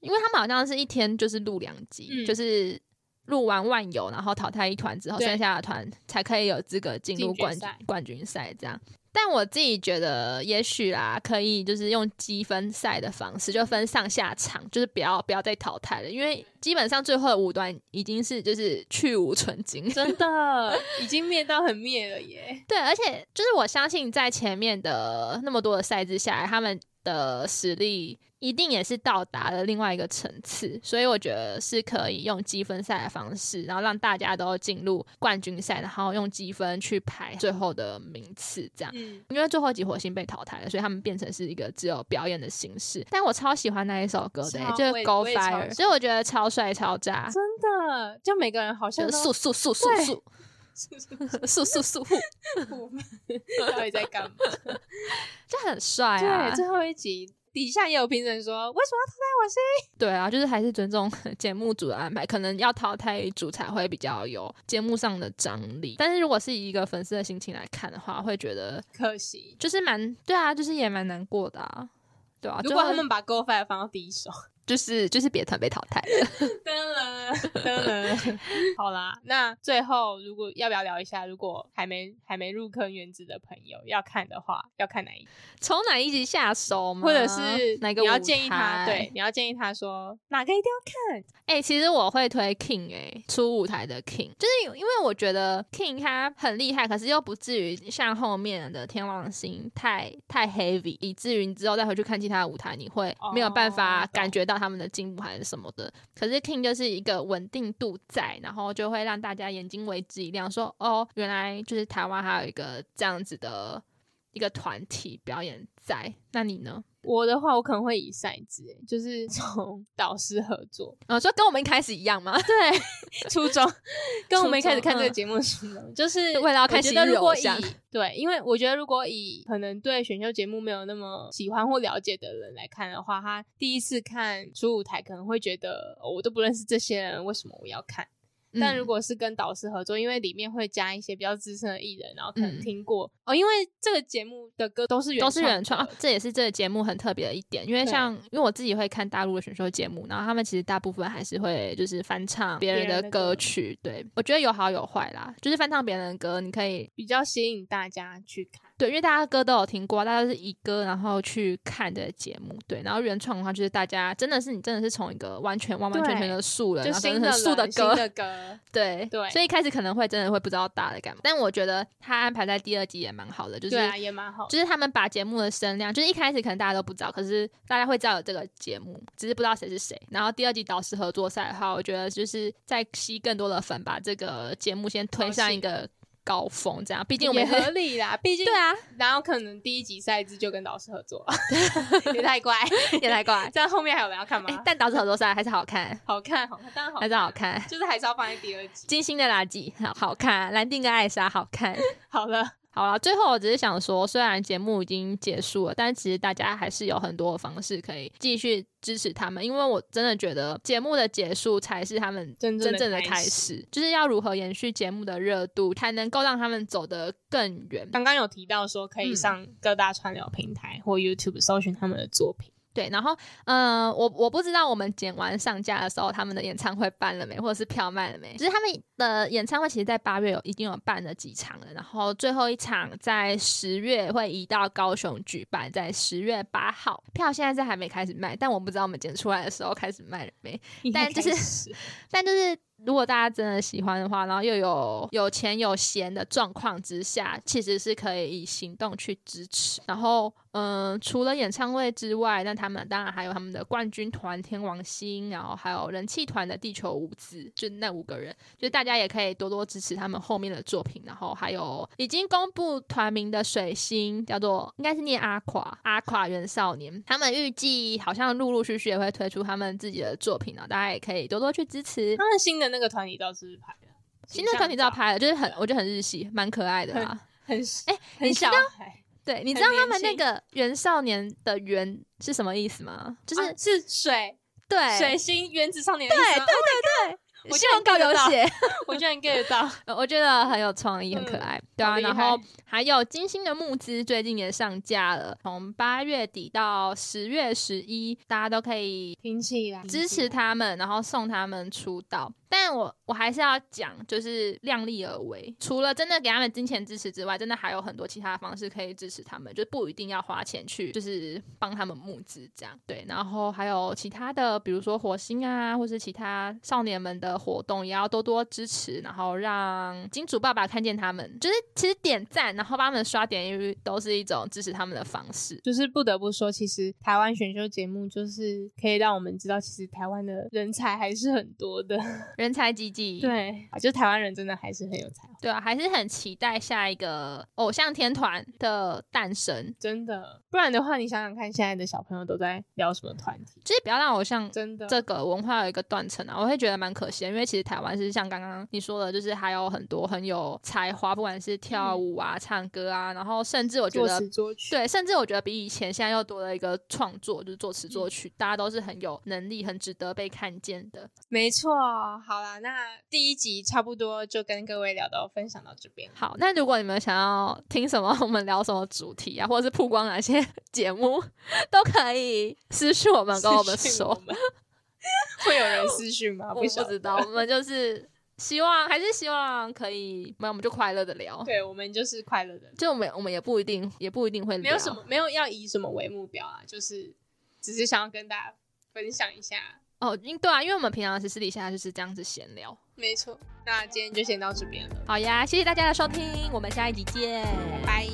Speaker 1: 因为他们好像是一天就是录两集，
Speaker 2: 嗯
Speaker 1: 就是录完万有，然后淘汰一团之后，
Speaker 2: 对
Speaker 1: 剩下的团才可以有资格进入
Speaker 2: 进决
Speaker 1: 冠军
Speaker 2: 赛
Speaker 1: 冠军赛这样。但我自己觉得，也许啦，可以就是用积分赛的方式，就分上下场，就是不要不要再淘汰了，因为基本上最后的五段已经是就是去无存菁，
Speaker 2: 真的 [laughs] 已经灭到很灭了耶。
Speaker 1: 对，而且就是我相信，在前面的那么多的赛制下来，他们的实力一定也是到达了另外一个层次，所以我觉得是可以用积分赛的方式，然后让大家都进入冠军赛，然后用积分去排最后的名次，这样。
Speaker 2: 嗯，
Speaker 1: 因为最后一集火星被淘汰了，所以他们变成是一个只有表演的形式。但我超喜欢那一首歌的、欸
Speaker 2: 超
Speaker 1: 就是
Speaker 2: 我
Speaker 1: 《
Speaker 2: 也
Speaker 1: Go
Speaker 2: 我也超喜欢
Speaker 1: Fire》，所以我觉得超帅超炸，
Speaker 2: 真的，就每个人好像
Speaker 1: 就是
Speaker 2: 都
Speaker 1: 速速速速
Speaker 2: 对
Speaker 1: 速速速速速，
Speaker 2: 部分 [laughs] 到底在干嘛？
Speaker 1: 就很帅啊！
Speaker 2: 对，最后一集底下也有评审说，为什么要淘汰我先？
Speaker 1: 对啊，就是还是尊重 [laughs] 节目组的安排，可能要淘汰一组才会比较有节目上的张力。但是如果是以一个粉丝的心情来看的话，会觉得
Speaker 2: 可惜，
Speaker 1: 就是蛮对啊，就是也蛮难过的啊，对啊。
Speaker 2: 如果
Speaker 1: 就
Speaker 2: 他们把 Go Fire 放到第一首，
Speaker 1: 就是就是别团被淘汰了，
Speaker 2: 噔了 [laughs] 噔了。好啦，那最后如果要不要聊一下，如果还没还没入坑原子的朋友要看的话，要看哪一集？
Speaker 1: [laughs] 从哪一集下手吗？
Speaker 2: 或者是
Speaker 1: 哪个
Speaker 2: 你要
Speaker 1: 舞
Speaker 2: 建议他？
Speaker 1: 台
Speaker 2: 对，，你要建议他说哪个一定要
Speaker 1: 哎、其实我会推 King 哎、初舞台的 King，就是因为我觉得 King 他很厉害，可是又不至于像后面的天王星太太 heavy，以至于你之后再回去看其他的舞台，你会没有办
Speaker 2: 哦
Speaker 1: 法
Speaker 2: 懂
Speaker 1: 感觉到他们的进步还是什么的。可是 King 就是一个稳定度在，然后就会让大家眼睛为之一亮，说哦，原来就是台湾还有一个这样子的一个团体表演在。那你呢？
Speaker 2: 我的话，我可能会以赛制，欸就是 [laughs] 从导师合作
Speaker 1: 呃，说跟我们一开始一样吗？ [laughs]
Speaker 2: 初衷， [laughs] 跟我们一
Speaker 1: 初衷
Speaker 2: 开始看这个
Speaker 1: 嗯
Speaker 2: 节目的初衷， [laughs] 就是
Speaker 1: 为了要看
Speaker 2: 我觉
Speaker 1: 昔
Speaker 2: 得
Speaker 1: 日
Speaker 2: 如果
Speaker 1: 偶像
Speaker 2: 以对，因为我觉得如果以可能对选秀节目没有那么喜欢或了解的人来看的话，他第一次看初舞台可能会觉得、哦我都不认识这些人，为什么我要看？但
Speaker 1: 嗯
Speaker 2: 如果是跟导师合作，因为里面会加一些比较资深的艺人，然后可能
Speaker 1: 嗯
Speaker 2: 听过、哦，因为这个节目的歌都是原
Speaker 1: 都是原创、啊
Speaker 2: 的，
Speaker 1: 这也是这个节目很特别的一点，因为
Speaker 2: 对
Speaker 1: 像因为我自己会看大陆的选秀节目，然后他们其实大部分还是会就是翻唱别人
Speaker 2: 别人
Speaker 1: 的
Speaker 2: 的
Speaker 1: 歌
Speaker 2: 歌
Speaker 1: 曲，对我觉得有好有坏啦，就是翻唱别人的歌，你可以
Speaker 2: 比较吸引大家去看。
Speaker 1: 对，因为大家歌都有听过，大家都是以歌然后去看的节目，对，然后原创的话就是大家真的是你真的是从一个完全完完全全的素人，
Speaker 2: 就
Speaker 1: 然后
Speaker 2: 新
Speaker 1: 很
Speaker 2: 的
Speaker 1: 素的
Speaker 2: 人
Speaker 1: 歌
Speaker 2: 新，的歌，
Speaker 1: 对
Speaker 2: 对
Speaker 1: 所以一开始可能会真的会不知道大家在干嘛，但我觉得他安排在第二季也蛮好的， [laughs] 就是
Speaker 2: 对啊，也蛮好的。
Speaker 1: 就是他们把节目的声量，就是一开始可能大家都不知道，可是大家会知道有这个节目，只是不知道谁是谁。然后第二季导师合作赛的话，我觉得就是在吸更多的粉，把这个节目先推上一个高峰，这样。毕竟我们
Speaker 2: 也
Speaker 1: 也
Speaker 2: 合
Speaker 1: 是
Speaker 2: 理啦，毕竟
Speaker 1: 对啊，
Speaker 2: 然后可能第一集赛制就跟导师合
Speaker 1: [laughs]
Speaker 2: 作，也太乖，
Speaker 1: 也来过来。
Speaker 2: [laughs] 这样后面还有人要看吗？
Speaker 1: 哎、但导师合作赛还是好看，
Speaker 2: 好看，好看，当然好
Speaker 1: 还
Speaker 2: 看，
Speaker 1: 是好看。
Speaker 2: 就是还是要放在第二集。
Speaker 1: 金星的垃圾好好看，蓝定跟艾莎好看。
Speaker 2: 好了，
Speaker 1: 好了，最后我只是想说，虽然节目已经结束了，但其实大家还是有很多的方式可以继续支持他们，因为我真的觉得节目的结束才是他们
Speaker 2: 真
Speaker 1: 真
Speaker 2: 正的
Speaker 1: 正的
Speaker 2: 开
Speaker 1: 开始，就是要如何延续节目的热度，才能够让他们走得更远。
Speaker 2: 刚刚有提到说
Speaker 1: 嗯
Speaker 2: 可以上各大串流平台或 YouTube 搜寻他们的作品，
Speaker 1: 对，然后，嗯、我我不知道我们剪完上架的时候，他们的演唱会办了没，或者是票卖了没。就是他们的演唱会，其实在八月有已经有办了几场了，然后最后一场在十月会移到高雄举办，在十月八号。票现在是还没开始卖，但我不知道我们剪出来的时候开始卖了没。但就是
Speaker 2: 一开始
Speaker 1: 但就是如果大家真的喜欢的话，然后又有有钱有闲的状况之下，其实是可以以行动去支持。然后，嗯、除了演唱会之外，那他们当然还有他们的冠军团天王星，然后还有人气团的地球五子，就那五个人，就大家也可以多多支持他们后面的作品。然后还有已经公布团名的水星，叫做应该是念阿垮阿垮元少年，他们预计好像陆陆续续也会推出他们自己的作品，然啊后大家也可以多多去支持。
Speaker 2: 他们新的那个团体照是不是拍了？
Speaker 1: 新的团体照
Speaker 2: 形象
Speaker 1: 拍了，就是很，我觉得很日系，蛮可爱的啦。
Speaker 2: 很
Speaker 1: 哎
Speaker 2: 哎
Speaker 1: 你
Speaker 2: 很
Speaker 1: 知
Speaker 2: 小
Speaker 1: 道
Speaker 2: 孩，
Speaker 1: 对，你知
Speaker 2: 很
Speaker 1: 道他
Speaker 2: 年
Speaker 1: 们那
Speaker 2: 轻
Speaker 1: 个“元少年”的“元”是什么意思吗？就是、
Speaker 2: 啊是水
Speaker 1: 对
Speaker 2: 水星原子少年对对我
Speaker 1: 新
Speaker 2: 居然
Speaker 1: 闻稿
Speaker 2: get
Speaker 1: 有
Speaker 2: 到
Speaker 1: 写，
Speaker 2: 哦我居然 get 到， [laughs]
Speaker 1: 呃我觉得很有创意，很可
Speaker 2: 嗯
Speaker 1: 爱，对啊。
Speaker 2: 好厉
Speaker 1: 然后
Speaker 2: 害
Speaker 1: 还有金星的募资最近也上架了，从八月底到十月十一，大家都可以
Speaker 2: 听起来
Speaker 1: 支持他们，然后送他们出道。但我我还是要讲，就是量力而为。除了真的给他们金钱支持之外，真的还有很多其他的方式可以支持他们，就不一定要花钱去，就是帮他们募资这样。对，然后还有其他的，比如说火星啊，或是其他少年们的活动，也要多多支持，然后让金主爸爸看见他们。就是其实点赞，然后帮他们刷点阅率，都是一种支持他们的方式。
Speaker 2: 就是不得不说，其实台湾选秀节目就是可以让我们知道，其实台湾的人才还是很
Speaker 1: [laughs]
Speaker 2: 多的。
Speaker 1: 人才济济，
Speaker 2: [laughs] 对，就台湾人真的还是很有才华，
Speaker 1: 对啊，还是很期待下一个偶像天团的诞生，
Speaker 2: 真的。不然的话，你想想看，现在的小朋友都在聊什么团体？
Speaker 1: 就是不要让偶像
Speaker 2: 真的，
Speaker 1: 这个文化有一个断层啊，我会觉得蛮可惜的，因为其实台湾是像刚刚你说的，就是还有很多很有才华，不管是跳舞啊、唱歌啊，然后甚至我觉
Speaker 2: 嗯作
Speaker 1: 得
Speaker 2: 词作曲，
Speaker 1: 对，甚至我觉得比以前现在又多了一个创作，就是作词
Speaker 2: 嗯
Speaker 1: 作曲，大家都是很有能力、很值得被看见的。
Speaker 2: 没错。好啦，那第一集差不多就跟各位聊到分享到这边。
Speaker 1: 好，那如果你们想要听什么，我们聊什么主题啊，或者是曝光哪些 [laughs] 节目，都可以私信我们，跟我们
Speaker 2: 私讯
Speaker 1: 说。
Speaker 2: 我们 [laughs] 会有人私讯
Speaker 1: [laughs]
Speaker 2: 吗？
Speaker 1: 我
Speaker 2: 不晓
Speaker 1: 不
Speaker 2: 得
Speaker 1: 知道，我们就是希望，还是希望可以，没有我们就快乐的聊。
Speaker 2: 对我们就是快乐的，
Speaker 1: 就我们我们也不一定，也不一定会聊
Speaker 2: 没有什么，没有要以什么为目标啊，就是只是想要跟大家分享一下。
Speaker 1: 哦，因对啊，因为我们平常私底下就是这样子闲聊。
Speaker 2: 没错，那今天就先到这边了，
Speaker 1: 好呀，谢谢大家的收听，我们下一集见，
Speaker 2: 拜。